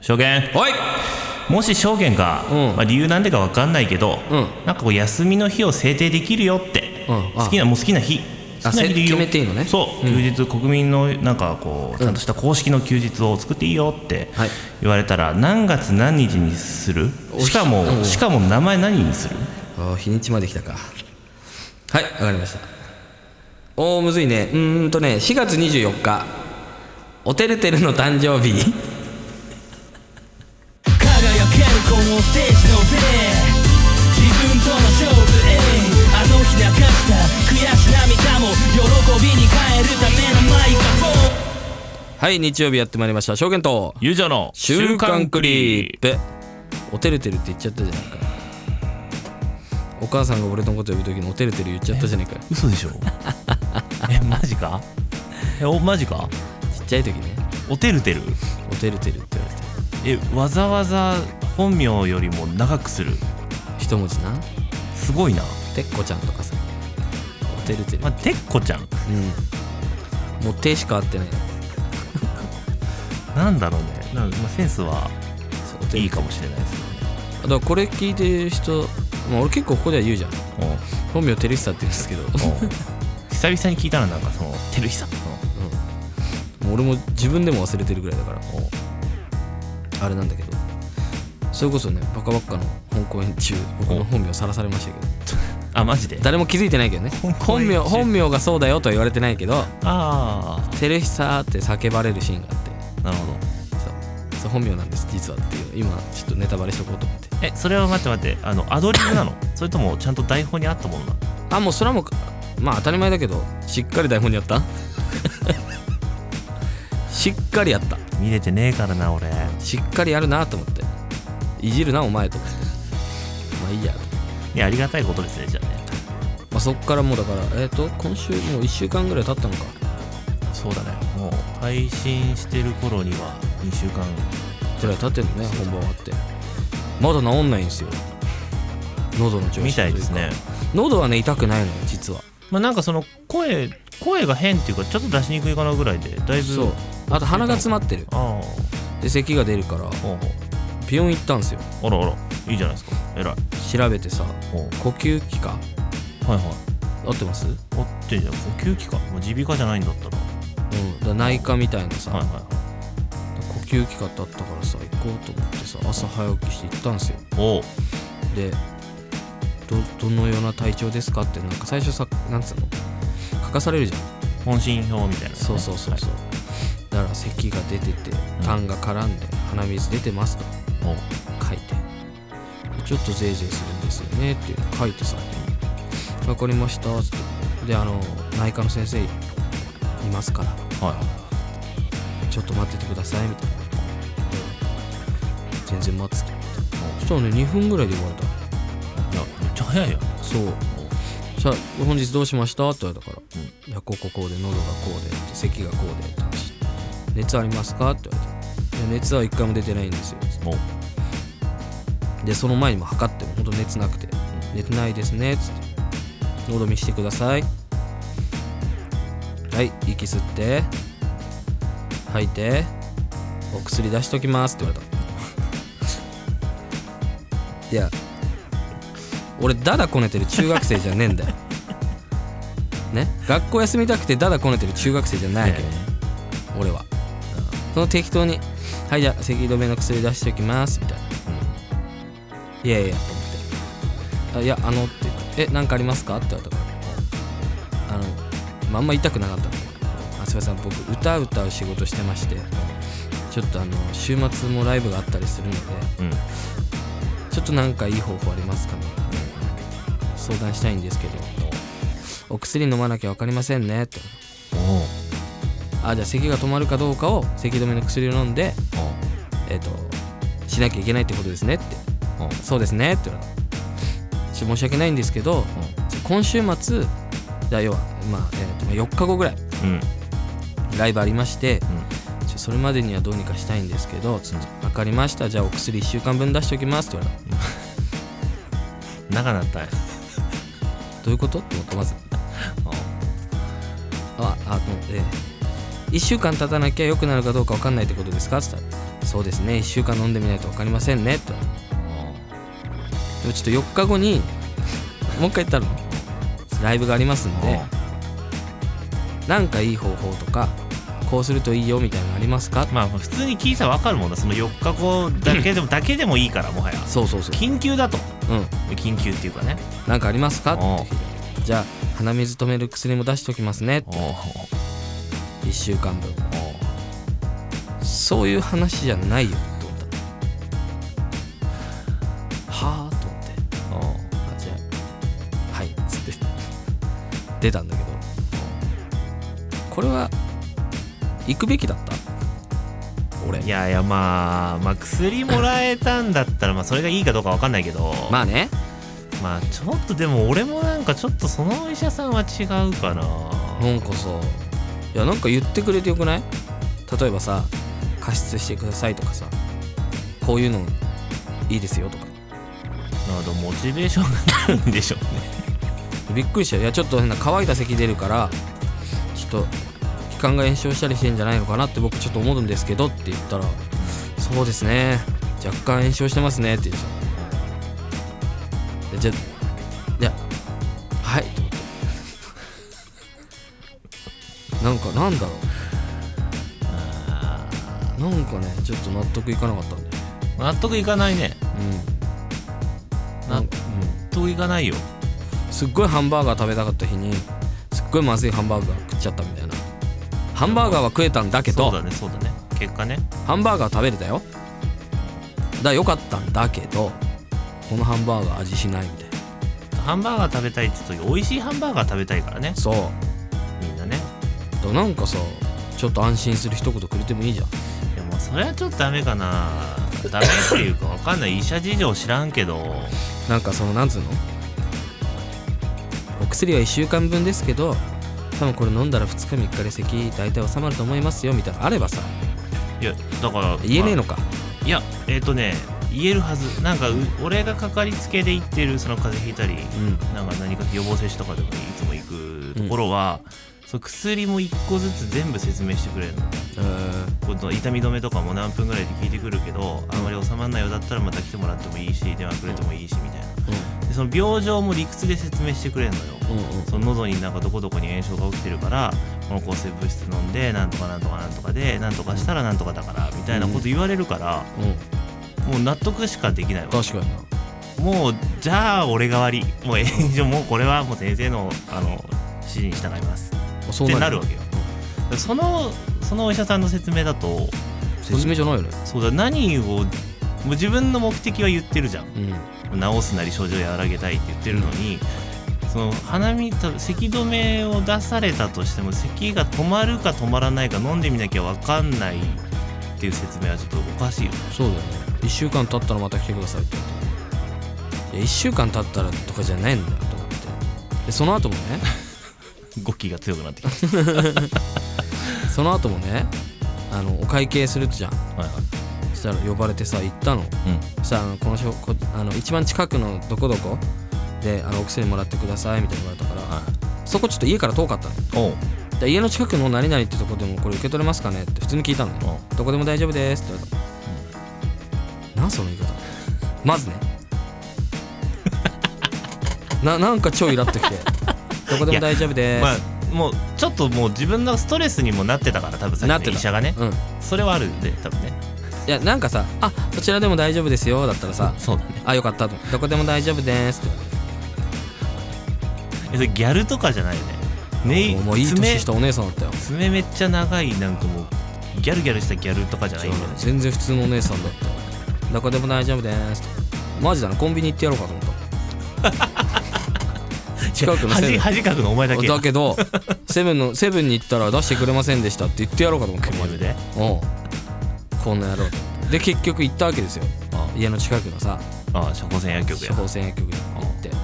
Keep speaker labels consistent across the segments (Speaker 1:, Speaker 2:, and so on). Speaker 1: 証言
Speaker 2: おい
Speaker 1: もし証言が、
Speaker 2: うん
Speaker 1: まあ、理由なんでかわかんないけど、
Speaker 2: うん
Speaker 1: なんかこう休みの日を制定できるよって、
Speaker 2: うんあ
Speaker 1: 好きなもう好きな日
Speaker 2: あ
Speaker 1: 好きな日でいい
Speaker 2: せ
Speaker 1: よ
Speaker 2: 決めていいのね
Speaker 1: そう、休日国民のなんかこうちゃんとした公式の休日を作っていいよって
Speaker 2: はい
Speaker 1: 言われたら、何月何日にする
Speaker 2: お
Speaker 1: しかも、
Speaker 2: うん
Speaker 1: しかも名前何にする
Speaker 2: あー日にちまで来たかはいわかりましたおーむずいねうーんとね4月24日おてるてるの誕生日
Speaker 3: 輝けるこのステージの上自分との勝負えいあの日泣かした悔し涙も喜びに変えるためのマイクロフォン
Speaker 2: はい日曜日やってまいりました証言と
Speaker 1: 友情の
Speaker 2: 週刊クリ
Speaker 1: ー
Speaker 2: ップおてるてるって言っちゃったじゃないかお母さんが俺のこと呼ぶ時におてるてる言っちゃったじゃないか
Speaker 1: 嘘 でしょえマジかえおマジか
Speaker 2: ちっちゃい時ね
Speaker 1: おてるてる
Speaker 2: おてるてるって言われて
Speaker 1: えわざわざ本名よりも長くする
Speaker 2: 一文字な
Speaker 1: すごいな、
Speaker 2: てっこちゃんとかさおてるてる
Speaker 1: まあ、てっこちゃん
Speaker 2: うんもう手しか合ってない
Speaker 1: なんだろうねなんまあ、センスは
Speaker 2: そうおてるてる
Speaker 1: いいかもしれないです
Speaker 2: だからこれ聞いてる人、まあ、俺結構ここでは言うじゃん
Speaker 1: けどね
Speaker 2: 本名テリスタって言うんですけど
Speaker 1: うんうん久々に聞いたらなんかその「てるひさ」
Speaker 2: もう俺も自分でも忘れてるぐらいだからあれなんだけどそれこそねバカバッカの本公演中僕の本名さらされましたけど
Speaker 1: あマジで
Speaker 2: 誰も気づいてないけどね
Speaker 1: 本公
Speaker 2: 本
Speaker 1: 演中
Speaker 2: 名本名がそうだよとは言われてないけど
Speaker 1: あ
Speaker 2: テリスタって叫ばれるシーンがあって
Speaker 1: あなるほど
Speaker 2: そうそう本名なんです実はっていう今ちょっとネタバレしとこうと思って
Speaker 1: えそれは待って待ってあのアドリ ブなのそれともちゃんと台本にあったものなの
Speaker 2: あもうそれはもうまあ当たり前だけどしっかり台本にあ ったしっかりやった
Speaker 1: 見れてねえからな俺
Speaker 2: しっかりやるなと思っていじるなお前と思 ってまあいいやと、
Speaker 1: いやありがたいことですねじゃあね
Speaker 2: まあ、そっからもうだからえっ、と今週もう1週間ぐらい経ったのか
Speaker 1: そうだねもう配信してる頃には2週間
Speaker 2: ぐらい経ってんのね本番終わってまだ治んないんですよ喉の調子とうか
Speaker 1: みたいですね
Speaker 2: 喉はね痛くないのよ実は
Speaker 1: まあなんかその声声が変っていうかちょっと出しにくいかなぐらいでだいぶ
Speaker 2: そうあと鼻が詰まってる
Speaker 1: あ
Speaker 2: で咳が出るか
Speaker 1: あ
Speaker 2: ら
Speaker 1: ほうほう
Speaker 2: 病院行ったんですよ
Speaker 1: あらあらいいじゃないですかえらい
Speaker 2: 調べてさ
Speaker 1: ほう
Speaker 2: 呼吸器か
Speaker 1: はいはい
Speaker 2: 合ってます
Speaker 1: あってじゃん呼吸器かまあ耳鼻科じゃないんだったら
Speaker 2: うん、だから内科みたいなさ、
Speaker 1: はいはい
Speaker 2: 呼吸器科ってあったからさ行こうと思ってさ朝早起きして行ったんですよ
Speaker 1: おう
Speaker 2: でどどのような体調ですかってなんか最初さなんつうの書かされるじゃん、
Speaker 1: 本心表みたいなね
Speaker 2: そうそうそうそう、だから咳が出てて痰が絡んで鼻水出てますと
Speaker 1: はい
Speaker 2: 書いてちょっとゼーゼーするんですよねっていうの書いてさ分かりましたっつってであの内科の先生いますから
Speaker 1: おうはい
Speaker 2: ちょっと待っててくださいみたいな全然待つとそしたらね2分ぐらいで言われた
Speaker 1: いやめっちゃ早いやん
Speaker 2: そうじゃあ本日どうしましたって言われたから「いやこうこうこうで喉がこうで咳がこうで」って話して熱ありますか?」って言われて「いや熱は1回も出てないんですよ
Speaker 1: おう」
Speaker 2: でその前にも測っても本当熱なくて「熱ないですね」っつって「喉見してください」はい息吸って吐いてお薬出しときますって言われた いや俺ダダこねてる中学生じゃねえんだよね学校休みたくてダダこねてる中学生じゃないわけよ、俺はその適当に「はいじゃあ咳止めの薬出しておきます」みたいな「いやいや」と思ってあ「いやあの」って言って「えなんかありますか?」って言われたから「あの、まあ、あんま痛くなかったんだけどあすいません僕歌歌う仕事してましてちょっとあの週末もライブがあったりするので
Speaker 1: うんうん
Speaker 2: ちょっとなんかいい方法ありますかね相談したいんですけどお薬飲まなきゃ分かりませんね」って
Speaker 1: おう
Speaker 2: あじゃあ咳が止まるかどうかを咳止めの薬を飲んで
Speaker 1: おう
Speaker 2: えっ、としなきゃいけないってことですねって
Speaker 1: おう
Speaker 2: そうですねって言われたちょ申し訳ないんですけど今週末じゃあ要は、まあえーとまあ4日後ぐらい
Speaker 1: うん
Speaker 2: ライブありまして
Speaker 1: うん
Speaker 2: ちょそれまでにはどうにかしたいんですけどつって分かりましたじゃあお薬1週間分出しておきますって言われた
Speaker 1: 長なった
Speaker 2: どういうことって思ってますああのえー、1週間経たなきゃ良くなるかどうか分かんないってことですかって言ったらそうですね1週間飲んでみないと分かりませんねとでもちょっと4日後に もう一回言ったのライブがありますんでなんかいい方法とかこうするといいよみたいなのありますか
Speaker 1: まあ普通に聞いたら分かるもんだその4日後だけでもだけでもいいからもはや
Speaker 2: そうそうそう
Speaker 1: 緊急だと
Speaker 2: うん
Speaker 1: 緊急っていうかね
Speaker 2: なんかありますかって
Speaker 1: おう
Speaker 2: 聞いてじゃあ鼻水止める薬も出しておきますね
Speaker 1: おお
Speaker 2: 1週間分そういう話じゃないよと思ったはあと思ってあじゃあはいっつって出たんだけどこれは行くべきだった俺
Speaker 1: いやいやまあまあ薬もらえたんだったらまあそれがいいかどうか分かんないけど
Speaker 2: まあね
Speaker 1: まあちょっとでも俺もなんかちょっとそのお医者さんは違うかな
Speaker 2: なんかさいやなんか言ってくれてよくない例えばさ加湿してくださいとかさこういうのいいですよとか
Speaker 1: なるほどモチベーションがなるんでしょうね
Speaker 2: びっくりしたよいやちょっと変な乾いた咳出るからちょっと気管が炎症したりしてんじゃないのかなって僕ちょっと思うんですけどって言ったら「そうですね若干炎症してますね」って言ってたいやじゃじゃはいと思ってなんかなんだろうなんかねちょっと納得いかなかったんだよね
Speaker 1: 納得いかないね
Speaker 2: うん
Speaker 1: 納
Speaker 2: なんかうん
Speaker 1: 得いかないよ
Speaker 2: すっごいハンバーガー食べたかった日にすっごいまずいハンバーガー食っちゃったみたいなハンバーガーは食えたんだけ
Speaker 1: そ
Speaker 2: ど
Speaker 1: うだねそうだね結果ね
Speaker 2: ハンバーガー食べれたよだからよかったんだけどこのハンバーガー味しないみたいな
Speaker 1: ハンバーガー食べたいって時美味しいハンバーガー食べたいからね
Speaker 2: そう
Speaker 1: みんなね
Speaker 2: だからなんかさちょっと安心する一言くれてもいいじゃん
Speaker 1: でもそれはちょっとダメかなダメっていうか分かんない医者事情知らんけど
Speaker 2: なんかそのなんつうのお薬は1週間分ですけど多分これ飲んだら2日3日で咳大体収まると思いますよみたいなのあればさ
Speaker 1: いやだから
Speaker 2: 言えねえのか
Speaker 1: いやえっ、とね言えるはずなんかう俺がかかりつけで行ってるその風邪ひいたり、
Speaker 2: ん
Speaker 1: なんか何か予防接種とかでもいつも行くところは、そう薬も1個ずつ全部説明してくれるの
Speaker 2: うーん
Speaker 1: この痛み止めとかも何分ぐらいで効いてくるけどあんまり収まらないようだったらまた来てもらってもいいし電話くれてもいいしみたいなでその病状も理屈で説明してくれるのよ、
Speaker 2: うんうんうん
Speaker 1: その喉になんかどこどこに炎症が起きてるからこの抗生物質飲んでなんとかなんとかなんとかでなんとかしたらなんとかだからみたいなこと言われるから、
Speaker 2: うん
Speaker 1: もう納得しかできないわ
Speaker 2: 確かにな
Speaker 1: もうじゃあ俺が悪いもう炎上もうこれはもう先生のあの指示に従います
Speaker 2: そ
Speaker 1: ってなるわけよそのそのお医者さんの説明だと
Speaker 2: 説明じゃないよね
Speaker 1: そうだ何をもう自分の目的は言ってるじゃん
Speaker 2: うん
Speaker 1: 治すなり症状を和らげたいって言ってるのに、その鼻水と咳止めを出されたとしても咳が止まるか止まらないか飲んでみなきゃ分かんないっていう説明はちょっとおかしいよね
Speaker 2: そうだよね1週間経ったらまた来てくださいって言っていや1週間経ったらとかじゃないんだよと思ってでその 後もね
Speaker 1: 語気が強くなってきま し
Speaker 2: その後もねあのお会計するじゃん
Speaker 1: たはい、はい
Speaker 2: そしたら呼ばれてさ行った
Speaker 1: う
Speaker 2: の
Speaker 1: ん、
Speaker 2: そしたらあのこのしょこあの一番近くのどこどこであのお薬もらってくださいみたいな言われたからそこちょっと家から遠かったの
Speaker 1: おう
Speaker 2: で家の近くの何々ってとこでもこれ受け取れますかねって普通に聞いたのよ
Speaker 1: おう
Speaker 2: どこでも大丈夫ですって言われたなんその言い方まずね ななんか超イラっときてどこでも大丈夫です、
Speaker 1: まあもうちょっともう自分のストレスにもなってたから多分さ
Speaker 2: な
Speaker 1: っ
Speaker 2: っ
Speaker 1: き
Speaker 2: て
Speaker 1: の
Speaker 2: た
Speaker 1: 医者がね
Speaker 2: うんい
Speaker 1: それはあるんで多分ね
Speaker 2: やなんかさ「あそちらでも大丈夫ですよ」だったらさ
Speaker 1: そうだね
Speaker 2: 「あよかった」と「どこでも大丈夫です」って
Speaker 1: えそれギャルとかじゃないよねね
Speaker 2: もうもういい
Speaker 1: 爪
Speaker 2: 年したお姉さんだったよ
Speaker 1: 爪めっちゃ長いなんかもうギャルギャルしたギャルとかじゃないんだよね
Speaker 2: 全然普通のお姉さんだったよどこでも大丈夫ですってマジだなコンビニ行ってやろうかと思った 近くのセブ
Speaker 1: 恥
Speaker 2: ン
Speaker 1: 恥かくのお前だけ
Speaker 2: だけど セブンのセブンに行ったら出してくれませんでしたって言ってやろうかと思ってマ
Speaker 1: マ
Speaker 2: ジ
Speaker 1: ジ
Speaker 2: で
Speaker 1: で
Speaker 2: おうこんな野郎と思ってで結局行ったわけですよ
Speaker 1: あ
Speaker 2: 家の近くのさ
Speaker 1: ああ処方箋薬局や
Speaker 2: 処方箋薬局に行ってで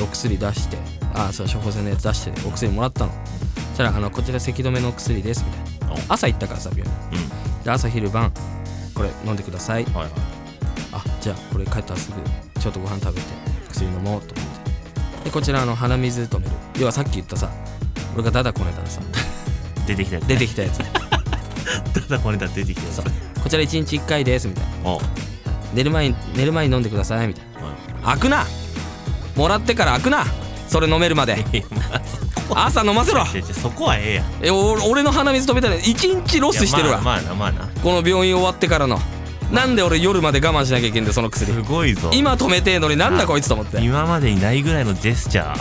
Speaker 2: お薬出してあそう処方箋のやつ出してお薬もらったのそしたらあの「こちら咳止めのお薬です」みたいな朝行ったからさ病院
Speaker 1: う
Speaker 2: で朝昼晩これ飲んでください
Speaker 1: んはいはい
Speaker 2: あじゃあこれ帰ったらすぐちょっとご飯食べて薬飲もうと思ってでこちらあの鼻水止める要はさっき言ったさ俺がダダこねたらさ
Speaker 1: 出てきたやつ
Speaker 2: 出てきたやつ
Speaker 1: ただこれだ出てきたやつ
Speaker 2: そうこちら1日1回ですみたいな
Speaker 1: あ、は
Speaker 2: 寝る前に寝る前に飲んでくださいみたいな開くなもらってから開くなそれ飲める まで
Speaker 1: い、いやまあそこは
Speaker 2: 朝飲ませろ
Speaker 1: 違う違うそこはええやん
Speaker 2: えお俺の鼻水止めたら1日ロスしてるわ、
Speaker 1: いやまあまあなまあな
Speaker 2: この病院終わってからのなんで俺夜まで我慢しなきゃいけんだよその薬
Speaker 1: すごいぞ
Speaker 2: 今止めてえのになんだこいつと思って
Speaker 1: 今までにないぐらいのジェスチャ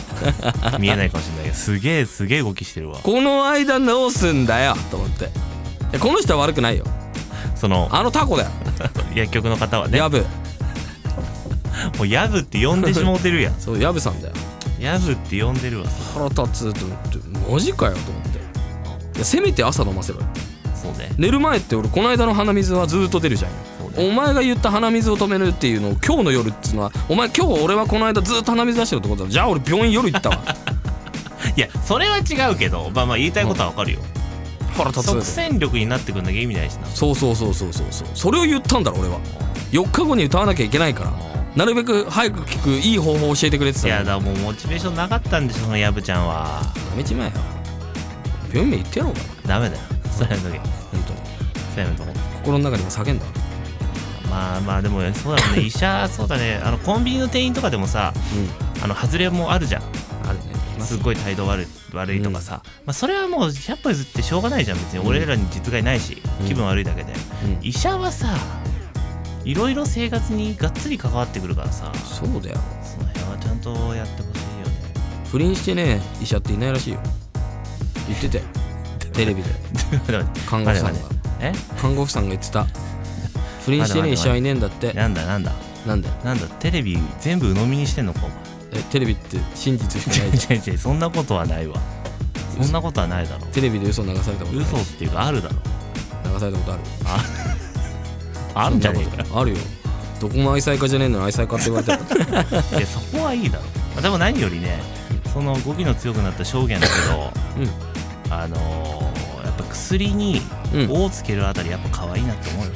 Speaker 1: ー見えないかもしれないけどすげえすげえ動きしてるわ
Speaker 2: この間どうすんだよと思っていやこの人は悪くないよ
Speaker 1: その
Speaker 2: あのタコだよ
Speaker 1: 薬局の方はね
Speaker 2: ヤブ
Speaker 1: もうヤブって呼んでしもうてるやん
Speaker 2: そうヤブさんだよ
Speaker 1: ヤブって呼んでるわそ
Speaker 2: 腹立つと思ってマジかよと思っていやせめて朝飲ませろよ
Speaker 1: そうね
Speaker 2: 寝る前って俺この間の鼻水はずーっと出るじゃんよ
Speaker 1: そうね
Speaker 2: お前が言った鼻水を止めるっていうのを今日の夜っつうのはお前今日俺はこの間ずーっと鼻水出してるってことだじゃあ俺病院夜行ったわ
Speaker 1: いやそれは違うけどまあまあ言いたいことはわかるよ、
Speaker 2: 腹立
Speaker 1: 即
Speaker 2: つ
Speaker 1: 戦力になってくんなきゃ意味ないしな
Speaker 2: そうそうそうそうそうそうそれを言ったんだろ俺は4日後に歌わなきゃいけないからなるべく早く聞くいい方法を教えてくれて
Speaker 1: い
Speaker 2: た
Speaker 1: や
Speaker 2: のに
Speaker 1: だもうモチベーションなかったんでしょそのヤブちゃんは
Speaker 2: やめちまえよ病院名言ってやろうかな
Speaker 1: ダメだよそれやめとけ
Speaker 2: 本当に
Speaker 1: それやめとこう
Speaker 2: 心の中にも叫んだ
Speaker 1: まあまあでもそうだもんね医者そうだねあのコンビニの店員とかでもさ
Speaker 2: う
Speaker 1: あの外れもあるじゃん
Speaker 2: んあるね
Speaker 1: すっごい態度悪い悪いとかさ、まあ、それはもう100歩譲ってしょうがないじゃん別に俺らに実害ないし、
Speaker 2: うん
Speaker 1: 気分悪いだけで、
Speaker 2: うん
Speaker 1: 医者はさいろいろ生活にがっつり関わってくるからさ
Speaker 2: そうだよ
Speaker 1: その辺はちゃんとやってほしいよね
Speaker 2: 不倫してね医者っていないらしいよ言っ てたよテレビで看護婦さんが
Speaker 1: え
Speaker 2: 看護婦さんが言ってた不倫してねえ医者はいねえんだって
Speaker 1: なんだなんだ
Speaker 2: なんだよ
Speaker 1: なんだテレビ全部鵜呑みにしてんのかお前
Speaker 2: えテレビって真実しかないじ
Speaker 1: 違う違う違うそんなことはないわそんなことはないだろ
Speaker 2: ゃんテレビで嘘流されたことない
Speaker 1: 嘘っていうかあるだろ
Speaker 2: 流されたことある
Speaker 1: ああるんじゃねえか
Speaker 2: あるよどこも愛妻家じゃねえのに愛妻家って言われ てる
Speaker 1: いやそこはいいだろまあでも何よりねその語気の強くなった証言だけ
Speaker 2: う
Speaker 1: どあのーやっぱ薬に
Speaker 2: う
Speaker 1: 「
Speaker 2: ん
Speaker 1: お」をつけるあたりやっぱ可愛いなって思うよ、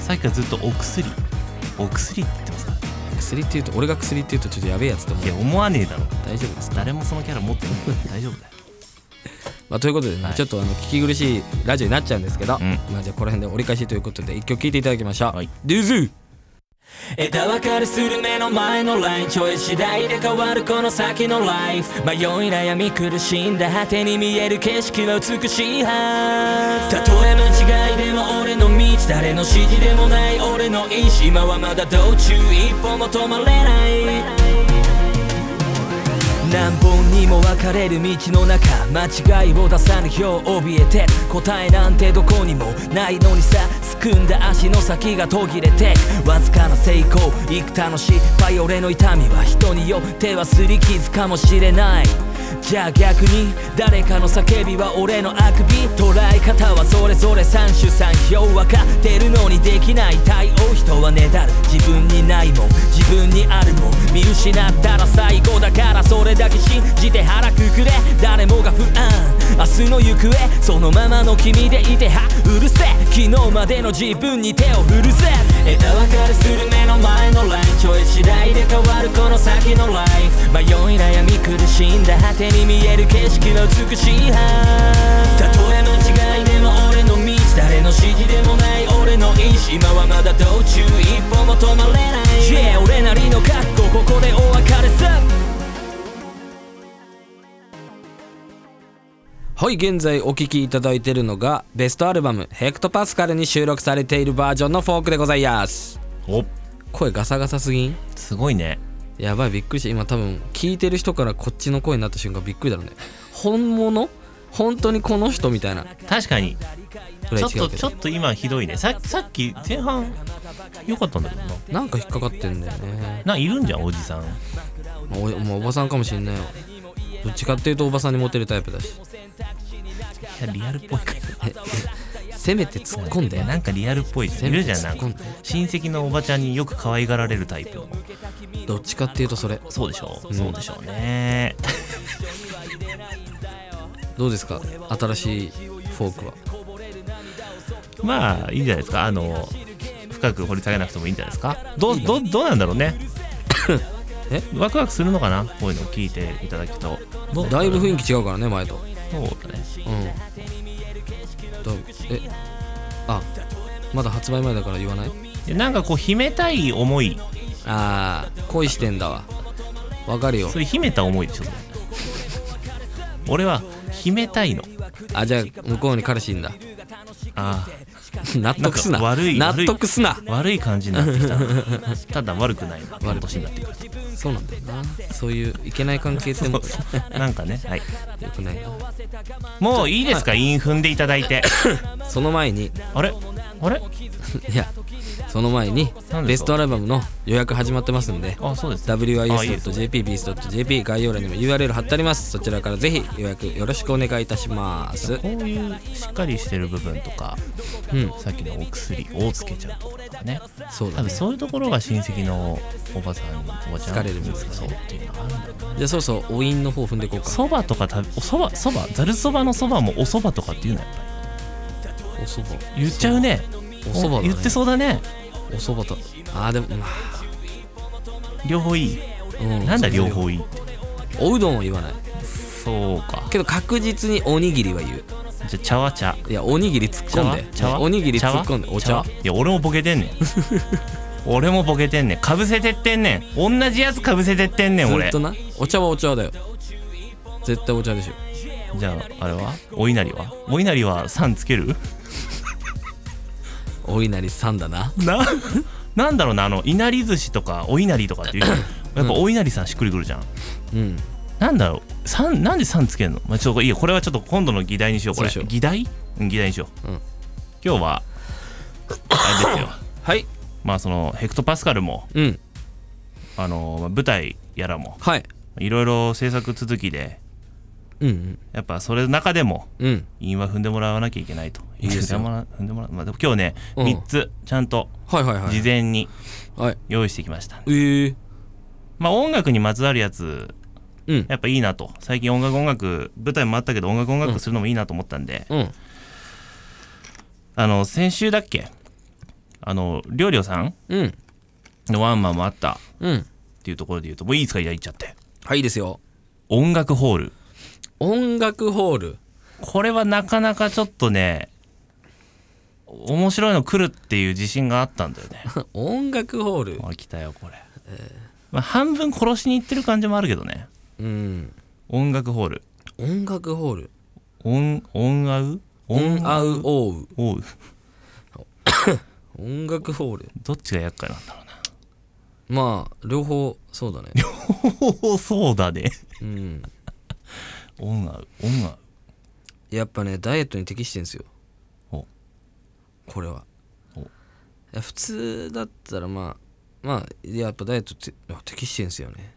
Speaker 1: さっきからずっと「お薬」「お薬」って言ってますからね
Speaker 2: ん薬っていうと俺が薬っていうとちょっとやべえやつと思う
Speaker 1: いや思わねえだろ
Speaker 2: 大丈夫ですか、
Speaker 1: 誰もそのキャラ持ってないから大丈夫だよ
Speaker 2: まあ、ということでね、
Speaker 1: はい
Speaker 2: ちょっとあの聞き苦しいラジオになっちゃうんですけど、
Speaker 1: ん
Speaker 2: まあじゃあこの辺で折り返しということで一曲聴いていただきましょう、
Speaker 1: はい
Speaker 2: デューズー
Speaker 3: 枝分かれする目の前のラインちょい次第で変わるこの先のライフ迷い悩み苦しんだ果てに見える景色は美しいはたとえ間違いでも俺の道誰の指示でもない俺の意志今はまだ道中一歩も止まれない何本にも分かれる道の中間違いを出さぬよう怯えてる答えなんてどこにもないのにさすくんだ足の先が途切れてくわずかな成功幾多の失敗俺の痛みは人によってはすり傷かもしれないじゃあ逆に誰かの叫びは俺のあくび捉え方はそれぞれ三種三様分かってるのにできない対応人はねだる自分にないもん自分にあるもん見失ったら最後だからそれだけ信じて腹くくれ誰もが不安明日の行方そのままの君でいてはうるせえ昨日までの自分に手を振るぜ枝分かれする目の前のラインちょい次第で変わるこの先のライフ迷い悩み苦しんだ果てに見える景色の美しいはたとえ間違いでも俺の道誰の指示でもない俺の意志今はまだ道中一歩も止まれない Yeah 俺なりの覚悟ここでお別れさ
Speaker 2: はい現在お聴きいただいているのがベストアルバム「ヘクトパスカル」に収録されているバージョンのフォークでございます
Speaker 1: お
Speaker 2: 声ガサガサすぎん
Speaker 1: すごいね
Speaker 2: やばいびっくりした今多分聞いてる人からこっちの声になった瞬間びっくりだろうね本物本当にこの人みたいな
Speaker 1: 確かに
Speaker 2: ぐら
Speaker 1: ち
Speaker 2: い
Speaker 1: ょっと
Speaker 2: 違うけ
Speaker 1: ちょ
Speaker 2: ど
Speaker 1: っと今ひどいねささっき前半良かったんだけどな
Speaker 2: なんか引っかかってんだよね、
Speaker 1: ないるんじゃんおじさん
Speaker 2: まあおもうおばさんかもしんないよどっちかっていうとおばさんにモテるタイプだし
Speaker 1: いやリアルっぽいから
Speaker 2: せめて突っ込んで
Speaker 1: なんかリアルっぽいいるじゃんなんか
Speaker 2: 突っ込んで
Speaker 1: 親戚のおばちゃんによく可愛がられるタイプの
Speaker 2: どっちかっていうとそれ
Speaker 1: そうでしょう、そうでしょうね
Speaker 2: どうですか新しいフォークは
Speaker 1: まあいいんじゃないですかあの深く掘り下げなくてもいいんじゃないですかどうどうどうなんだろう ね
Speaker 2: え
Speaker 1: ワクワクするのかなこういうのを聞いていただくとどう
Speaker 2: だいぶ雰囲気違うからね前と
Speaker 1: そうだね
Speaker 2: うんだえあまだ発売前だから言わない
Speaker 1: でなんかこう秘めたい思い
Speaker 2: あー恋してんだわわかるよ
Speaker 1: そういう秘めた思いでしょそれ 俺は秘めたいの
Speaker 2: あじゃあ向こうに彼氏いんだ
Speaker 1: あ
Speaker 2: 納得すな
Speaker 1: なんか悪い悪
Speaker 2: 納
Speaker 1: い
Speaker 2: 得すな
Speaker 1: あ悪い感じになってきたな ただ悪くないのこの年になってくる
Speaker 2: そうなんだよなそういういけない関係性も
Speaker 1: となんかねはい
Speaker 2: よくないな
Speaker 1: もういいですか韻踏んでいただい て
Speaker 2: その前に
Speaker 1: あれあれ
Speaker 2: いやその前に
Speaker 1: か
Speaker 2: ベストアルバムの予約始まってますんで
Speaker 1: あそうですね
Speaker 2: wis.jp、beast.jp 概要欄にも URL 貼ってありますそちらからぜひ予約よろしくお願いいたします
Speaker 1: こういうしっかりしてる部分とか
Speaker 2: うん
Speaker 1: さっきのお薬をつけちゃうところとかね
Speaker 2: そ
Speaker 1: 多
Speaker 2: うだ
Speaker 1: 分
Speaker 2: ね
Speaker 1: そういうところが親戚のおばさんおばちゃん
Speaker 2: 疲れるみたいな
Speaker 1: そうっていうのがあるんだろうね
Speaker 2: じゃあそろそろお韻の方踏んでいこうか
Speaker 1: そばとか食べおそばそばざるそばのそばもおそばとかっていうのやっぱ
Speaker 2: おそば
Speaker 1: り言っちゃうね
Speaker 2: おそばだね
Speaker 1: 言ってそうだね
Speaker 2: おそばとあーでもま
Speaker 1: 両方いい
Speaker 2: あ、うん、
Speaker 1: なんだ両方いいって
Speaker 2: おうどんは言わない
Speaker 1: そうか
Speaker 2: けど確実におにぎりは言う
Speaker 1: じゃあ茶は茶
Speaker 2: いやおにぎり突っ
Speaker 1: 茶
Speaker 2: 込ん
Speaker 1: は
Speaker 2: で
Speaker 1: 茶は
Speaker 2: おにぎり
Speaker 1: 茶
Speaker 2: 突
Speaker 1: は
Speaker 2: っ込んでお茶
Speaker 1: はいや俺もボケて んねん俺もボケてんねんかぶせてってんねん同じやつかぶせてってんねん
Speaker 2: ずっ
Speaker 1: 俺
Speaker 2: となお茶はお茶だよ絶対お茶でしょ
Speaker 1: じゃああれはお稲荷はお稲荷はさんつける
Speaker 2: お稲荷さんだな
Speaker 1: ななんだろうなあのいなり寿司とかお稲荷とか っていうやっぱお稲荷さんしっくりくるじゃん
Speaker 2: うん
Speaker 1: なんだろうさんなんでさんつけんのまあちょっといいよこれはちょっと今度の議題にしようこれ
Speaker 2: そうしよう
Speaker 1: 議題うん議題にしよう、
Speaker 2: うん
Speaker 1: 今日はあれですよ
Speaker 2: はい
Speaker 1: まあそのヘクトパスカルも
Speaker 2: うん
Speaker 1: あのまあ舞台やらも
Speaker 2: はい
Speaker 1: いろいろ制作続きで
Speaker 2: うん
Speaker 1: やっぱそれの中でも
Speaker 2: うんうん
Speaker 1: 韻は踏んでもらわなきゃいけないと
Speaker 2: いいですよ
Speaker 1: 韻は踏んでもらうまあ、でも今日ね、
Speaker 2: うん
Speaker 1: 3つちゃんと
Speaker 2: はいはいは
Speaker 1: 事
Speaker 2: い
Speaker 1: 前に
Speaker 2: はい
Speaker 1: 用意してきました、
Speaker 2: えー、
Speaker 1: まあ音楽にまつわるやつ
Speaker 2: うん
Speaker 1: やっぱいいなと最近音楽音楽舞台もあったけど音楽音楽するのもいいなと思ったんで、
Speaker 2: うん
Speaker 1: あの先週だっけあのりょうりょうさん
Speaker 2: うん
Speaker 1: のワンマンもあったっ
Speaker 2: うん
Speaker 1: ていうところで言うともういいですかいや言っちゃって
Speaker 2: はいいいですよ
Speaker 1: 音楽ホール
Speaker 2: 音楽ホール
Speaker 1: これはなかなかちょっとね面白いの来るっていう自信があったんだよね
Speaker 2: 音楽ホール
Speaker 1: あ来たよこれ、まあ、半分殺しに行ってる感じもあるけどね
Speaker 2: うん
Speaker 1: 音楽ホール
Speaker 2: 音楽ホール
Speaker 1: 音音合う
Speaker 2: 音
Speaker 1: 合
Speaker 2: 合うおう
Speaker 1: おう
Speaker 2: 音楽ホール
Speaker 1: どっちが厄介なんだろうな
Speaker 2: まあ両方そうだね
Speaker 1: おおそうだね
Speaker 2: うん
Speaker 1: 音合う音合う
Speaker 2: やっぱねダイエットに適してんすよ
Speaker 1: お
Speaker 2: これは
Speaker 1: お
Speaker 2: いや普通だったらまあまあやっぱダイエットってあ適してんすよね、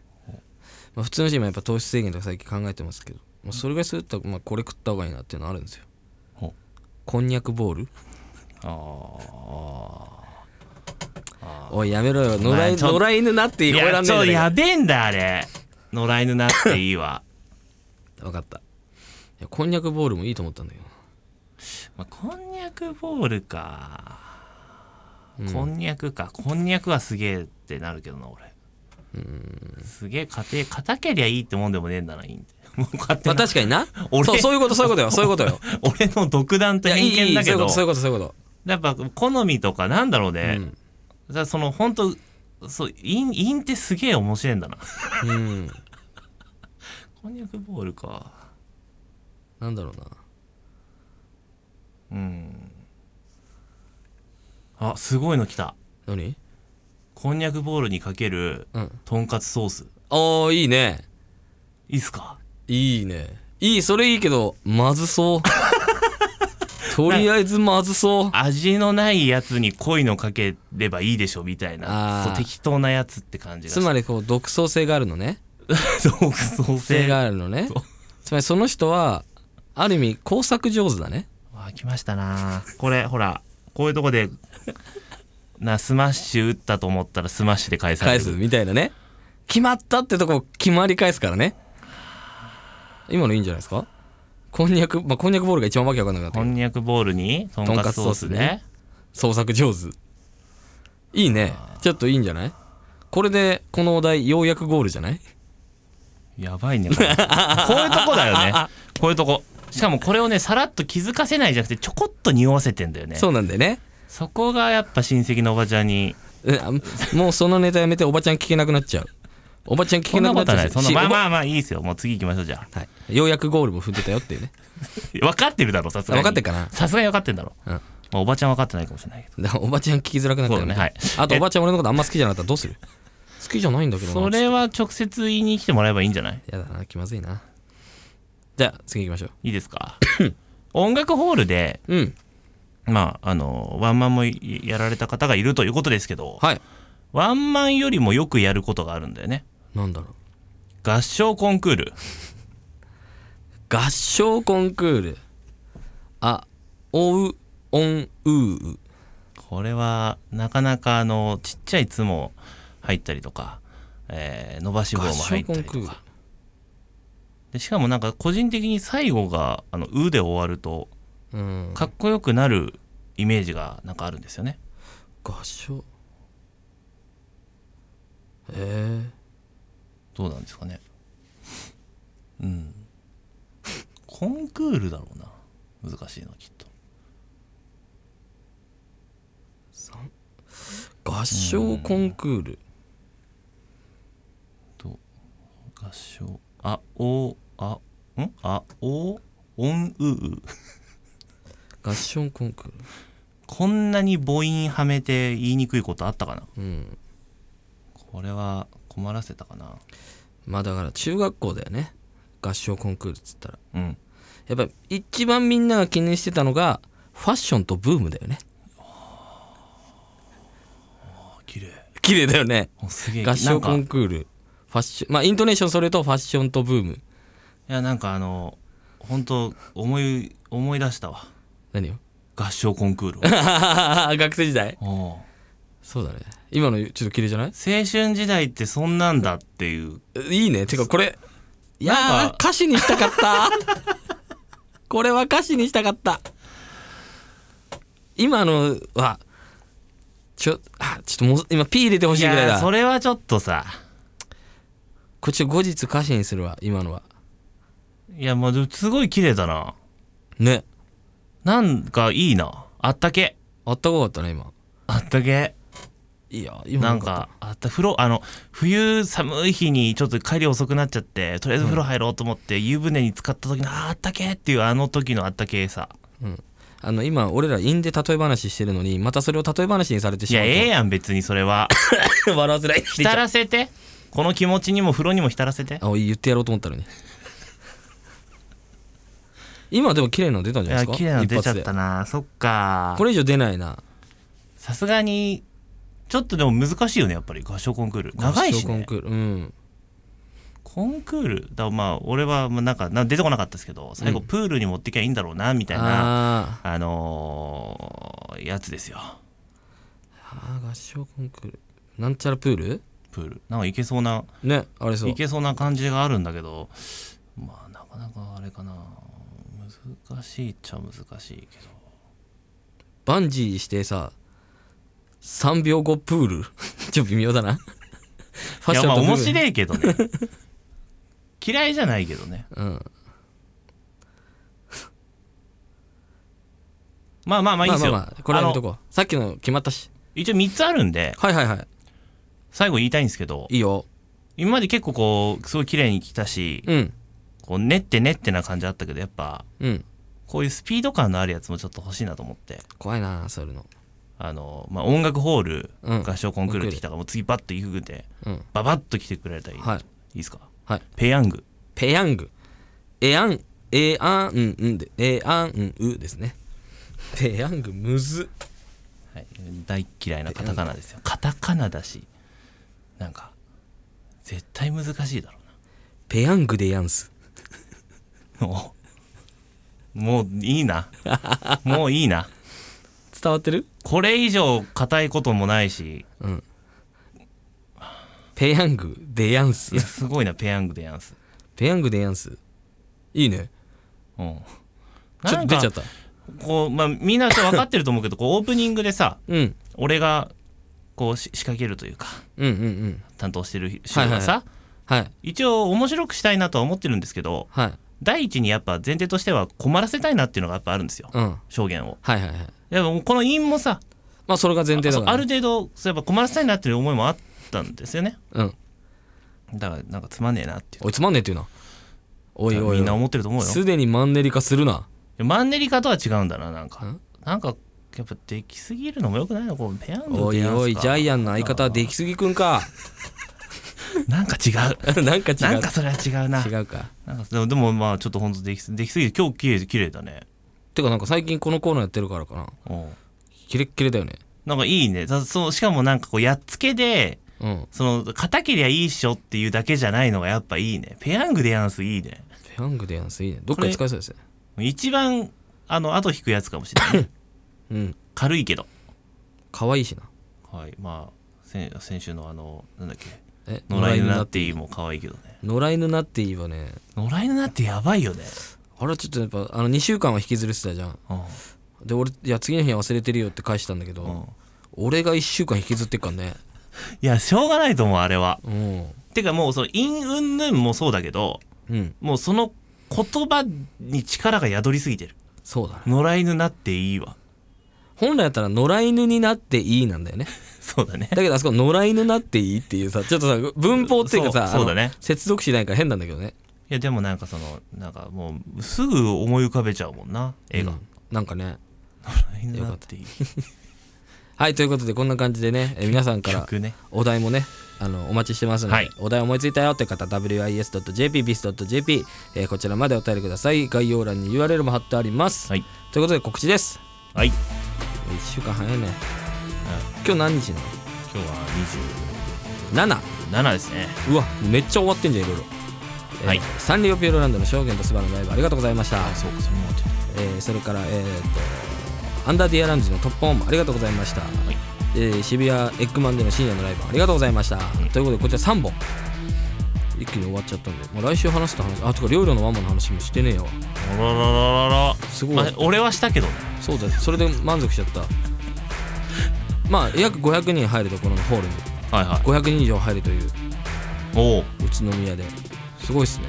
Speaker 2: まあ、普通の人今やっぱ糖質制限とか最近考えてますけど、まあ、それぐらいすると、まあ、これ食った方がいいなっていうのあるんですよ
Speaker 1: お
Speaker 2: こんにゃくボール
Speaker 1: ああ
Speaker 2: おいやめろよ野
Speaker 1: まあ
Speaker 2: 良
Speaker 1: ちょ
Speaker 2: 野良犬なって
Speaker 1: い
Speaker 2: 聞こえら
Speaker 1: や
Speaker 2: ん
Speaker 1: ち
Speaker 2: ね
Speaker 1: ょ
Speaker 2: え
Speaker 1: っと
Speaker 2: ん
Speaker 1: や
Speaker 2: だ
Speaker 1: べえんだあれ野良犬なっていいわ
Speaker 2: けど分かったいやこんにゃくボールもいいと思ったんだけど
Speaker 1: まあこんにゃくボールか、こんにゃくかこんにゃくはすげえってなるけどな俺すげえ家庭硬けりゃいいってもんでもねえんだないいんだよ もう勝手
Speaker 2: まあ
Speaker 1: な、
Speaker 2: 確かにな
Speaker 1: 俺
Speaker 2: そうそういうことそういうことよそういうことよ
Speaker 1: 俺の独断
Speaker 2: い
Speaker 1: と
Speaker 2: やいい
Speaker 1: 偏
Speaker 2: い
Speaker 1: 見
Speaker 2: い
Speaker 1: だ
Speaker 2: そ
Speaker 1: け
Speaker 2: ういうこ
Speaker 1: ど
Speaker 2: とそういうことそういうこと
Speaker 1: やっぱ好みとかなんだろうね、じゃその本当そう陰陰ってすげえ面白いんだな
Speaker 2: うん
Speaker 1: こんにゃくボールか
Speaker 2: なんだろうな
Speaker 1: うんあすごいの来た
Speaker 2: 何
Speaker 1: こんにゃくボールにかける
Speaker 2: うん
Speaker 1: とんかつソース
Speaker 2: ああいいね
Speaker 1: いいっすか
Speaker 2: いいねいいそれいいけどま ずそうとりあえずまずそう
Speaker 1: 味のないやつに濃いのかければいいでしょみたいな
Speaker 2: あー
Speaker 1: そう適当なやつって感じが
Speaker 2: つまりこう独創性があるのね
Speaker 1: り独創
Speaker 2: 性
Speaker 1: 性
Speaker 2: が
Speaker 1: が
Speaker 2: あるのね
Speaker 1: そう
Speaker 2: つまりその人はある意味工作上手だね
Speaker 1: わ来ましたなこれほらこういうとこでなスマッシュ打ったと思ったらスマッシュで返され
Speaker 2: 返
Speaker 1: る
Speaker 2: すみたいなね決まったってとこ決まり返すからね今のいいんじゃないですかこんにゃくまあこんにゃくボールが一番わけわかんなくなった
Speaker 1: こ
Speaker 2: けど
Speaker 1: んにゃくボールにとんかつソース
Speaker 2: とんか
Speaker 1: ね
Speaker 2: 創作上手いいねちょっといいんじゃないこれでこのお題ようやくゴールじゃない
Speaker 1: やばいねこれこういうとこだよね こういうとこしかもこれをねさらっと気づかせないじゃなくてちょこっと匂わせてんだよね
Speaker 2: そうなんだよね。
Speaker 1: そこがやっぱ親戚のおばちゃんに
Speaker 2: えあもうそのネタやめておばちゃん聞けなくなっちゃうおばちゃん聞
Speaker 1: そ
Speaker 2: け
Speaker 1: ん
Speaker 2: な
Speaker 1: な
Speaker 2: くな
Speaker 1: こ
Speaker 2: っちゃ
Speaker 1: とないそ
Speaker 2: う
Speaker 1: の
Speaker 2: し
Speaker 1: まあ
Speaker 2: おば
Speaker 1: まあまあいいですよもう次行きましょうじゃあ
Speaker 2: はい、ようやくゴールも踏んでたよっていうね
Speaker 1: 分かってるだろさすがに
Speaker 2: 分かってっかな
Speaker 1: さすがに分かってんだろ、
Speaker 2: うん
Speaker 1: まあおばちゃん分かってないかもしれないけど
Speaker 2: だからおばちゃん聞きづらくなったよ
Speaker 1: そ
Speaker 2: ね
Speaker 1: うだねはい
Speaker 2: あとおばちゃん俺のことあんま好きじゃなかったらどうする好きじゃないんだけどな
Speaker 1: それは直接言いに来てもらえばいいんじゃない
Speaker 2: やだな気まずいなじゃあ次行きましょ
Speaker 1: いいです か音楽ホールで
Speaker 2: ううん
Speaker 1: まああのワンマンもやられた方がいるということですけど
Speaker 2: はい
Speaker 1: ワンマンよりもよくやることがあるんだよね
Speaker 2: なんだろう
Speaker 1: 合唱コンクール
Speaker 2: 合唱コンクールあおうおんうう
Speaker 1: これはなかなかあのちっちゃい「つ」も入ったりとか、えー伸ばし棒も
Speaker 2: 合
Speaker 1: 入
Speaker 2: 唱
Speaker 1: っ
Speaker 2: コ
Speaker 1: たり
Speaker 2: ンク
Speaker 1: と
Speaker 2: ール
Speaker 1: かでしかもなんか個人的に最後が「あのう」で終わると
Speaker 2: うん
Speaker 1: かっこよくなるイメージがなんかあるんですよね
Speaker 2: 合唱え
Speaker 1: どうなんですかねうんコンクールだろうな難しいのきっと
Speaker 2: ー、合唱コンクール
Speaker 1: と合唱あおあんあおおんうう
Speaker 2: 合唱コンクール
Speaker 1: こんなに母音はめて言いにくいことあったかな
Speaker 2: うん
Speaker 1: これは困らせたかな
Speaker 2: まあだから中学校だよね合唱コンクールっつったら
Speaker 1: うん
Speaker 2: やっぱ一番みんなが気にしてたのがファッションとブームだよね
Speaker 1: あ綺麗
Speaker 2: 綺麗だよね
Speaker 1: すげえ
Speaker 2: 合唱コ
Speaker 1: なん
Speaker 2: ン
Speaker 1: か
Speaker 2: クールファッションまあイントネーションそれとファッションとブーム
Speaker 1: いやなんかあの本当思い思い出したわ
Speaker 2: 何を
Speaker 1: 合唱コンクールを
Speaker 2: 学生時代
Speaker 1: おう
Speaker 2: そうだね今のちょっと綺麗じゃない
Speaker 1: 青春時代ってそんなんだっていう
Speaker 2: いいねてかこれいや
Speaker 1: なん
Speaker 2: ー
Speaker 1: か
Speaker 2: 歌詞にしたかった これは歌詞にしたかった今のはちょあちょっともう今 P 入れてほし
Speaker 1: い
Speaker 2: いぐらい
Speaker 1: や
Speaker 2: だ
Speaker 1: ーそれはちょっとさ
Speaker 2: こっちょ後日歌詞にするわ今のはい
Speaker 1: やまあでもすごい綺麗だな
Speaker 2: ね
Speaker 1: なんかいいなあったけ
Speaker 2: あったかかったね今
Speaker 1: あったけ
Speaker 2: いや今
Speaker 1: な
Speaker 2: の
Speaker 1: んかあった風呂あの冬寒い日にちょっと帰り遅くなっちゃってとりあえず風呂入ろうと思って、湯船に浸かった時のああったけっていうあの時のあったけさ
Speaker 2: あの今俺ら陰で例え話してるのにまたそれを例え話にされて
Speaker 1: い
Speaker 2: しま
Speaker 1: や
Speaker 2: うと
Speaker 1: ええやん別にそれ は
Speaker 2: 笑わせない
Speaker 1: 浸らせてこの気持ちにも風呂にも浸らせて
Speaker 2: あ言ってやろうと思ったのに今でも綺麗なの出たん
Speaker 1: い
Speaker 2: じゃな
Speaker 1: や
Speaker 2: いですか
Speaker 1: 綺麗なの出ちゃっ
Speaker 2: 一
Speaker 1: た
Speaker 2: 発で
Speaker 1: なそっか
Speaker 2: これ以上出ないな
Speaker 1: さすがにちょっとでも難しいよねやっぱり合唱コンクール長いし、ね、
Speaker 2: 合唱コンクールうん
Speaker 1: コンクールだからまあ俺はまあなんかな出てこなかったですけど最後
Speaker 2: うん
Speaker 1: プールに持ってきゃいいんだろうなみたいな、
Speaker 2: あー
Speaker 1: あのーやつですよ
Speaker 2: あー合唱コンクールなんちゃらプール
Speaker 1: プールなんかいけそうな
Speaker 2: ねあれそう
Speaker 1: いけそうな感じがあるんだけどまあなかなかあれかな難しいっちゃ難しいけど
Speaker 2: バンジーしてさ3秒後プール ちょっと微妙だなフ ァッ
Speaker 1: いや
Speaker 2: ショ
Speaker 1: ま
Speaker 2: ン
Speaker 1: あ
Speaker 2: とブーム
Speaker 1: 面白いけどね 嫌いじゃないけどね
Speaker 2: うん
Speaker 1: まあまあまあいいですよ、
Speaker 2: まあまあまあこれはやめと
Speaker 1: あの
Speaker 2: こうさっきの決まったし
Speaker 1: 一応3つあるんで
Speaker 2: はいはいはい
Speaker 1: 最後言いたいんですけど
Speaker 2: いいよ
Speaker 1: 今まで結構こうすごい綺麗に来たし、
Speaker 2: うん
Speaker 1: こうねってねってな感じあったけどやっぱ
Speaker 2: うん
Speaker 1: こういうスピード感のあるやつもちょっと欲しいなと思って
Speaker 2: 怖いなそういうの
Speaker 1: あの、まあ、音楽ホール、
Speaker 2: うん
Speaker 1: 合唱コンクールってきたからもう次バッと行くんで
Speaker 2: うん
Speaker 1: ババッと来てくれたらいい、
Speaker 2: はい
Speaker 1: いですか
Speaker 2: はい
Speaker 1: ペヤング
Speaker 2: ペヤングエアンエアンうんうんでエアンうんうですねペヤングむずっ
Speaker 1: はい、大嫌いなカタカナですよカタカナだしなんか絶対難しいだろ
Speaker 2: ペヤングでやんす
Speaker 1: うな もうもういいなもういいな
Speaker 2: 伝わってる
Speaker 1: これ以上硬いこともないし
Speaker 2: うんペヤングでやんす
Speaker 1: いやす ごいなペヤングでやんす、
Speaker 2: ペヤングでやんすいいね
Speaker 1: うん、
Speaker 2: ちょっと出ちゃったた
Speaker 1: こう、まあ、みんなちょっと分かってると思うけどこうオープニングでさ
Speaker 2: うん
Speaker 1: 俺がこうし仕掛けるというか
Speaker 2: うんうんうん
Speaker 1: 担当してる人がさ、
Speaker 2: ははい
Speaker 1: 一応面白くしたいなとは思ってるんですけど
Speaker 2: はい
Speaker 1: 第一にやっぱ前提としては困らせたいなっていうのがやっぱあるんですよ
Speaker 2: うんはい
Speaker 1: 証言を
Speaker 2: はいはい
Speaker 1: やっぱもうこの韻もさ
Speaker 2: まあそれが前提だ
Speaker 1: そう
Speaker 2: から
Speaker 1: ある程度そういえば困らせたいなっていう思いもあったんですよね
Speaker 2: うん
Speaker 1: だからなんかつまんねえなっていう
Speaker 2: おいつまんねえって言うなおいおい
Speaker 1: みんな
Speaker 2: おい
Speaker 1: 思ってると思うよ
Speaker 2: すでにマンネリ化するな
Speaker 1: マンネリ化とは違うんだななんか
Speaker 2: ん
Speaker 1: なんかやっぱできすぎるのもよくないのこうペヤング
Speaker 2: おいおいジャイアンの相方はできすぎくん か
Speaker 1: ンなんか違う
Speaker 2: なん か違
Speaker 1: なん
Speaker 2: う
Speaker 1: かそれは違うな
Speaker 2: 違うか
Speaker 1: なんかでもでもまあちょっと本当できすできすぎて今日綺麗綺麗だね
Speaker 2: てかなんか最近このコーナーやってるからかな
Speaker 1: うん
Speaker 2: キレッキレだよね
Speaker 1: なんかいいねだそうしかもなんかこうやっつけで
Speaker 2: うん
Speaker 1: その肩切りゃいいっしょっていうだけじゃないのがやっぱいいねペヤングでやんすいいね
Speaker 2: ペヤングでやんすいいねどっかで使えそうですね
Speaker 1: 一番あの後引くやつかもしれない
Speaker 2: うん
Speaker 1: 軽いけど
Speaker 2: 可愛いしな
Speaker 1: はいまあ先先週のあのなんだっけ
Speaker 2: え
Speaker 1: 野良犬なっていいも可愛いけどね
Speaker 2: 野良犬なっていいわね
Speaker 1: 野良犬なってやばいよね
Speaker 2: あれはちょっとやっぱあの2週間は引きずれてたじゃん
Speaker 1: うん
Speaker 2: で俺いや次の日は忘れてるよって返したんだけど、
Speaker 1: うん
Speaker 2: 俺が1週間引きずってっからね
Speaker 1: いやしょうがないと思うあれは
Speaker 2: うん
Speaker 1: てかもうその陰云々もそうだけど
Speaker 2: うん
Speaker 1: もうその言葉に力が宿りすぎてる
Speaker 2: そうだね
Speaker 1: 野良犬なっていいわ
Speaker 2: 本来やったら野良犬になっていいなんだよね
Speaker 1: そうだね
Speaker 2: だけどあそこ野良犬なっていいっていうさちょっとさ文法っていうかさ
Speaker 1: そうそうだね
Speaker 2: あの接続詞ないから変なんだけどね
Speaker 1: いやでもなんかそのなんかもうすぐ思い浮かべちゃうもんな絵が、
Speaker 2: うんなんかね
Speaker 1: 野良犬なっていい
Speaker 2: はいということでこんな感じでねえ皆さんから
Speaker 1: 曲ね
Speaker 2: お題もねあのお待ちしてますので、
Speaker 1: はい
Speaker 2: お題思いついたよって方 wis.jpbis.jp、えーこちらまでお便りください概要欄に URL も貼ってあります、
Speaker 1: はい
Speaker 2: ということで告知です
Speaker 1: はい、うん、
Speaker 2: 1週間早いね
Speaker 1: 今
Speaker 2: 今日何日な
Speaker 1: 日は
Speaker 2: の ?7
Speaker 1: 27ですね
Speaker 2: うわめっちゃ終わってんじゃんいろいろ、えー
Speaker 1: はい
Speaker 2: サンリオピューロランドの証言とスバルのライブありがとうございました、
Speaker 1: あそうかそれも終わっちゃっ
Speaker 2: えーそれからえーとアンダーディアラウンジのトップオンもありがとうございました、
Speaker 1: い
Speaker 2: えー渋谷エッグマンでの深夜のライブありがとうございました、
Speaker 1: うん
Speaker 2: ということでこちら3本一気に終わっちゃったんで、もう来週話した話あとか料理のワンマンの話もしてねえよ
Speaker 1: たあららららら
Speaker 2: すごい
Speaker 1: まあ俺はしたけどね
Speaker 2: そうだそれで満足しちゃったまあ約500人入るところのホールに
Speaker 1: はいはい
Speaker 2: 500人以上入るという
Speaker 1: おお
Speaker 2: 宇都宮ですごいっすね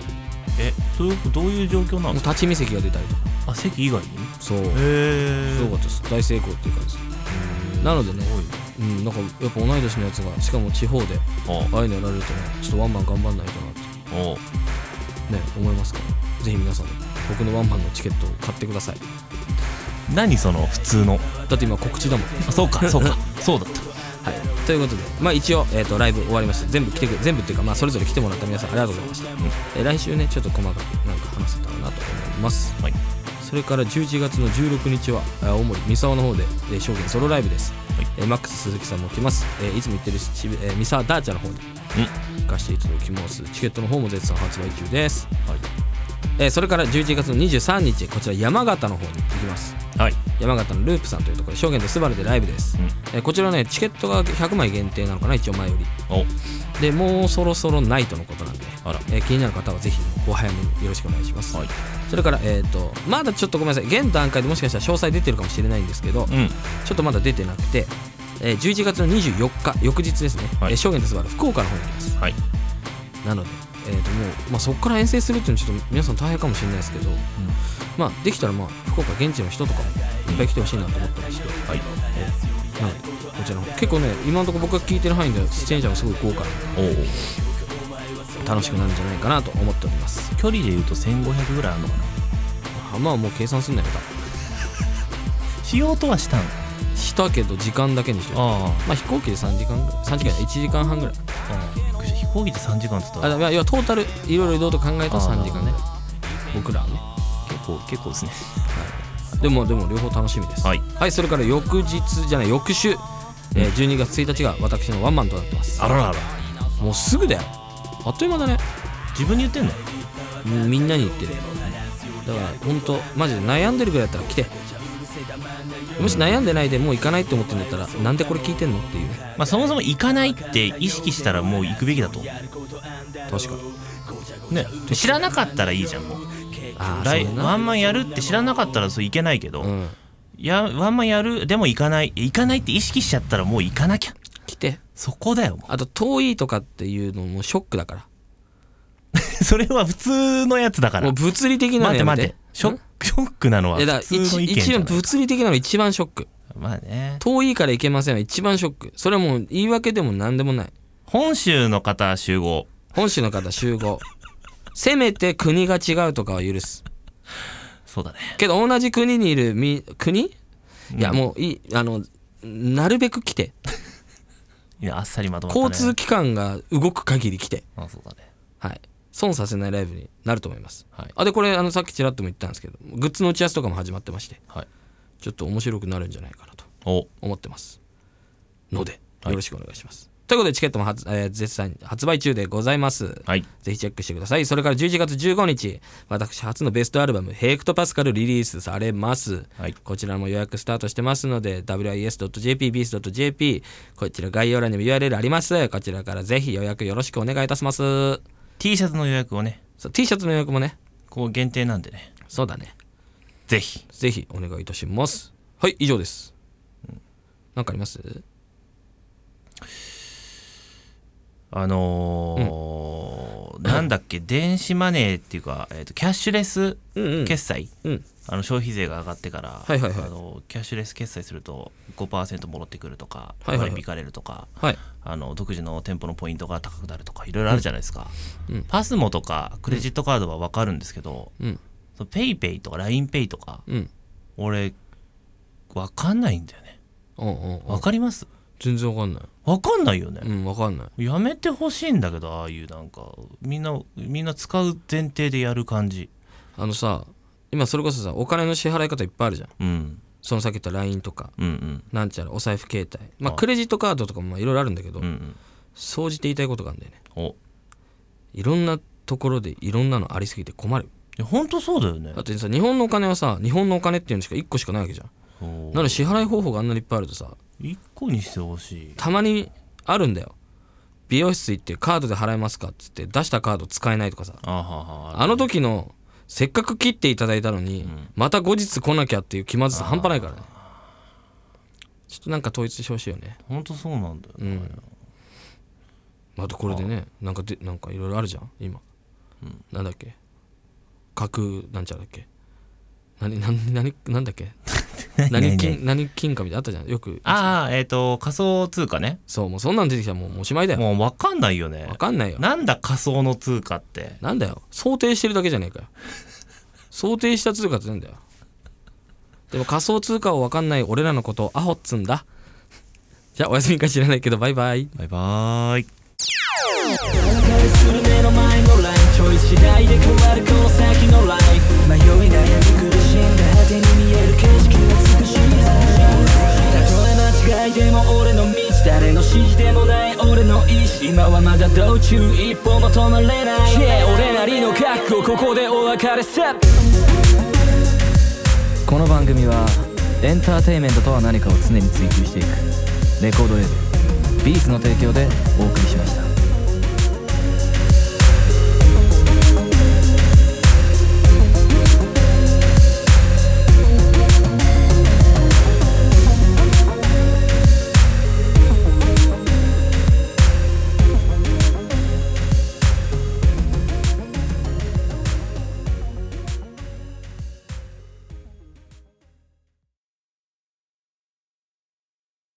Speaker 1: えどういうどういう状況な
Speaker 2: も
Speaker 1: の
Speaker 2: う立ち見席が出たりとか
Speaker 1: あ席以外に
Speaker 2: そう
Speaker 1: へえ
Speaker 2: すごかったです大成功っていう感じなのでね
Speaker 1: すごいね
Speaker 2: うんなんかやっぱ同い年のやつがしかも地方で
Speaker 1: お
Speaker 2: ああいうのやられるとねちょっとワンマン頑張んないとなって
Speaker 1: お
Speaker 2: ね思いますからぜひ皆さんも僕のワンマンのチケットを買ってください
Speaker 1: 何その普通の
Speaker 2: だって今告知だもん
Speaker 1: あそう かそうかそうだった
Speaker 2: はいということでまあ一応、えー、とライブ終わりました全部来てく全部っていうかまあそれぞれ来てもらった皆さんありがとうございました、えー来週ねちょっと細かくなんか話せたらなと思います
Speaker 1: はい
Speaker 2: それから11月の16日はあ青森三沢の方で、えー、証言ソロライブです、
Speaker 1: はい
Speaker 2: えーマックス鈴木さんも来ます、えーいつも行ってるし、えー三沢ダーチャの方に行かせていただきますチケットの方も絶賛発売中です、
Speaker 1: はい
Speaker 2: えーそれから11月の23日こちら山形の方に行きます
Speaker 1: はい
Speaker 2: 山形のループさんというところで証言とスバルでライブです、
Speaker 1: うん
Speaker 2: えーこちらねチケットが100枚限定なのかな一応前より
Speaker 1: お
Speaker 2: でもうそろそろないとのことなんで、
Speaker 1: あら
Speaker 2: えー気になる方はぜひお早めによろしくお願いします、
Speaker 1: はい
Speaker 2: それから、えー、とまだちょっとごめんなさい現段階でもしかしたら詳細出てるかもしれないんですけど、
Speaker 1: うん
Speaker 2: ちょっとまだ出てなくて、えー11月の24日翌日ですね、
Speaker 1: はい
Speaker 2: えー証言とスバル福岡の方に行きます
Speaker 1: はい
Speaker 2: なので、えーともうまあ、そこから遠征するっていうのはちょっと皆さん大変かもしれないですけど、まあ、できたら、まあ、福岡現地の人とかもいっぱい来てほしいなと思ったりして、
Speaker 1: はい
Speaker 2: えーはい、こちらの方結構ね今のところ僕が聞いてる範囲では出演者もすごい豪華な
Speaker 1: おお
Speaker 2: 楽しくなるんじゃないかなと思っております
Speaker 1: 距離で言うと1500ぐらいあるのかな
Speaker 2: あまあもう計算すんなよ
Speaker 1: しようとはしたん
Speaker 2: 多分したけど時間だけにしてる
Speaker 1: あ
Speaker 2: まあ飛行機で3時間ぐらい3時間1時間半ぐらい
Speaker 1: あ飛行機で3時間っつった
Speaker 2: あ
Speaker 1: ら
Speaker 2: だから要はトータルいろいろ移動と考えたら
Speaker 1: あー
Speaker 2: 3時間ね僕らはね
Speaker 1: 結構結構ですね
Speaker 2: でもでも両方楽しみです
Speaker 1: はい
Speaker 2: それから翌日じゃない翌週、えー12月1日が私のワンマンとなってます
Speaker 1: あららら
Speaker 2: もうすぐだよあっという間だね
Speaker 1: 自分に言ってんの
Speaker 2: うんみんなに言ってるだから本当マジで悩んでるぐらいだったら来てもし悩んでないでもう行かないって思ってんだったらなんでこれ聞いてんのっていうね
Speaker 1: まあそもそも行かないって意識したらもう行くべきだと思
Speaker 2: 確かに
Speaker 1: うね知らなかったらいいじゃんもう
Speaker 2: ああ
Speaker 1: ラ
Speaker 2: そう
Speaker 1: イ
Speaker 2: だ
Speaker 1: ワ
Speaker 2: な
Speaker 1: ンマンやるって知らなかったらそういけないけど、
Speaker 2: うん
Speaker 1: いやワンマンやるでも行かない行かないって意識しちゃったらもう行かなきゃ
Speaker 2: 来て
Speaker 1: そこだよも
Speaker 2: あと遠いとかっていうのもショックだか
Speaker 1: うそれは普通のやつだから
Speaker 2: も
Speaker 1: ら
Speaker 2: う物理的なの
Speaker 1: 待って
Speaker 2: やめ
Speaker 1: 待っててショックショックなのは
Speaker 2: えだ
Speaker 1: 普
Speaker 2: から一
Speaker 1: 通の意見じ
Speaker 2: 一
Speaker 1: ゃ
Speaker 2: 番
Speaker 1: ない
Speaker 2: 物理的なの一番ショック
Speaker 1: まあね
Speaker 2: 遠いから行けませんは一番ショックそれはもう言い訳でも何でもない
Speaker 1: 本州の方集合
Speaker 2: 本州の方集合 せめて国が違うとかは許す
Speaker 1: そうだね
Speaker 2: けど同じ国にいるみ国いや
Speaker 1: うん
Speaker 2: もういいあのなるべく来て
Speaker 1: いやあっさりまとまった、ね、
Speaker 2: 交通機関が動く限り来て
Speaker 1: あそうだね
Speaker 2: はい損させないライブになると思います、
Speaker 1: はい
Speaker 2: あでこれあのさっきちらっとも言ったんですけどグッズの打ち合わせとかも始まってまして
Speaker 1: はい
Speaker 2: ちょっと面白くなるんじゃないかなと
Speaker 1: お
Speaker 2: 思ってますので
Speaker 1: はい
Speaker 2: よろしくお願いします、ということでチケットも発、えー絶賛発売中でございます
Speaker 1: はい
Speaker 2: ぜひチェックしてください。それから11月15日、私初のベストアルバム、ヘイクとパスカルリリースされます。
Speaker 1: はい
Speaker 2: こちらも予約スタートしてますので、wis.jp、beast.jp、こちら概要欄にも URL あります。こちらからぜひ予約よろしくお願いいたします。
Speaker 1: T シャツの予約をね
Speaker 2: そう T シャツの予約もね、
Speaker 1: こう限定なんでね
Speaker 2: そうだね。
Speaker 1: ぜひ
Speaker 2: ぜひお願いいたします。はい、以上です。なんかあります
Speaker 1: あのーなんだっ け電子マネーっていうか、えー、とキャッシュレス
Speaker 2: うんうん
Speaker 1: 決済、
Speaker 2: うん。
Speaker 1: あの消費税が上がってから、
Speaker 2: はいはいはい
Speaker 1: あのキャッシュレス決済すると5%戻ってくるとか、
Speaker 2: はいはいはい
Speaker 1: 割引かれるとか
Speaker 2: はい。
Speaker 1: あの独自の店舗のポイントが高くなるとかいろいろあるじゃないですか、
Speaker 2: うんうん
Speaker 1: パスモとかクレジットカードは分かるんですけど、
Speaker 2: うん。
Speaker 1: そのペイペイとか LINEPay とか
Speaker 2: うん。
Speaker 1: 俺分かんないんだよね
Speaker 2: うんうんうん
Speaker 1: 分かります
Speaker 2: 全然わかんない。
Speaker 1: 分かんないよね、
Speaker 2: うん、わかんない。
Speaker 1: やめてほしいんだけどああいうなんかみんなみんな使う前提でやる感じ
Speaker 2: あのさ、今それこそさ、お金の支払い方いっぱいあるじゃん。
Speaker 1: うん
Speaker 2: そのさっき言った LINE とか
Speaker 1: うんうん
Speaker 2: なんちゃらお財布携帯まあ
Speaker 1: あ
Speaker 2: クレジットカードとかもまあいろいろあるんだけど
Speaker 1: うんうん
Speaker 2: 総じて言いたいことがあるんだよね
Speaker 1: おい
Speaker 2: いろんなところでいろんなのありすぎて困る
Speaker 1: やほんとそうだよね
Speaker 2: だってさ日本のお金はさ日本のお金っていうのしか1個しかないわけじゃん
Speaker 1: おー
Speaker 2: なので支払い方法があんなにいっぱいあるとさ
Speaker 1: 一個にしてほしい
Speaker 2: たまにあるんだよ美容室行ってカードで払えますかっつって出したカード使えないとかさ
Speaker 1: あはは
Speaker 2: あの時のせっかく切っていただいたのに、また後日来なきゃっていう気まずさ半端ないからねちょっとなんか統一してほしいよね
Speaker 1: ほんとそうなんだよ、
Speaker 2: うん、あとこれでねなんかでなんかいろいろあるじゃん今、なんだっけ核なんちゃらだっけ何何何なんだっけ何金何金貨みたいなのあったじゃんよく
Speaker 1: ああえっ、と仮想通貨ね
Speaker 2: そうもうそんなん出てきたらもうもうおしまいだよ
Speaker 1: もう分かんないよね
Speaker 2: わかんないよ
Speaker 1: なんだ仮想の通貨って
Speaker 2: なんだよ想定してるだけじゃねえかよ想定した通貨ってなんだよでも仮想通貨をわかんない俺らのことをアホっつんだじゃあお休みか知らないけどバイバイ
Speaker 1: バイバーイ
Speaker 3: 変する目の前のラインチョイス次第で変わるこの先のライフ迷い悩み苦しんだ果てに見える景色は美しいたとえ間違いでも俺の道誰の指示でもない俺の意志今はまだ道中一歩も止まれない、Yeah 俺なりの覚悟ここでお別れさ
Speaker 4: この番組はエンターテインメントとは何かを常に追求していくレコードエールビーズの提供でお送りしました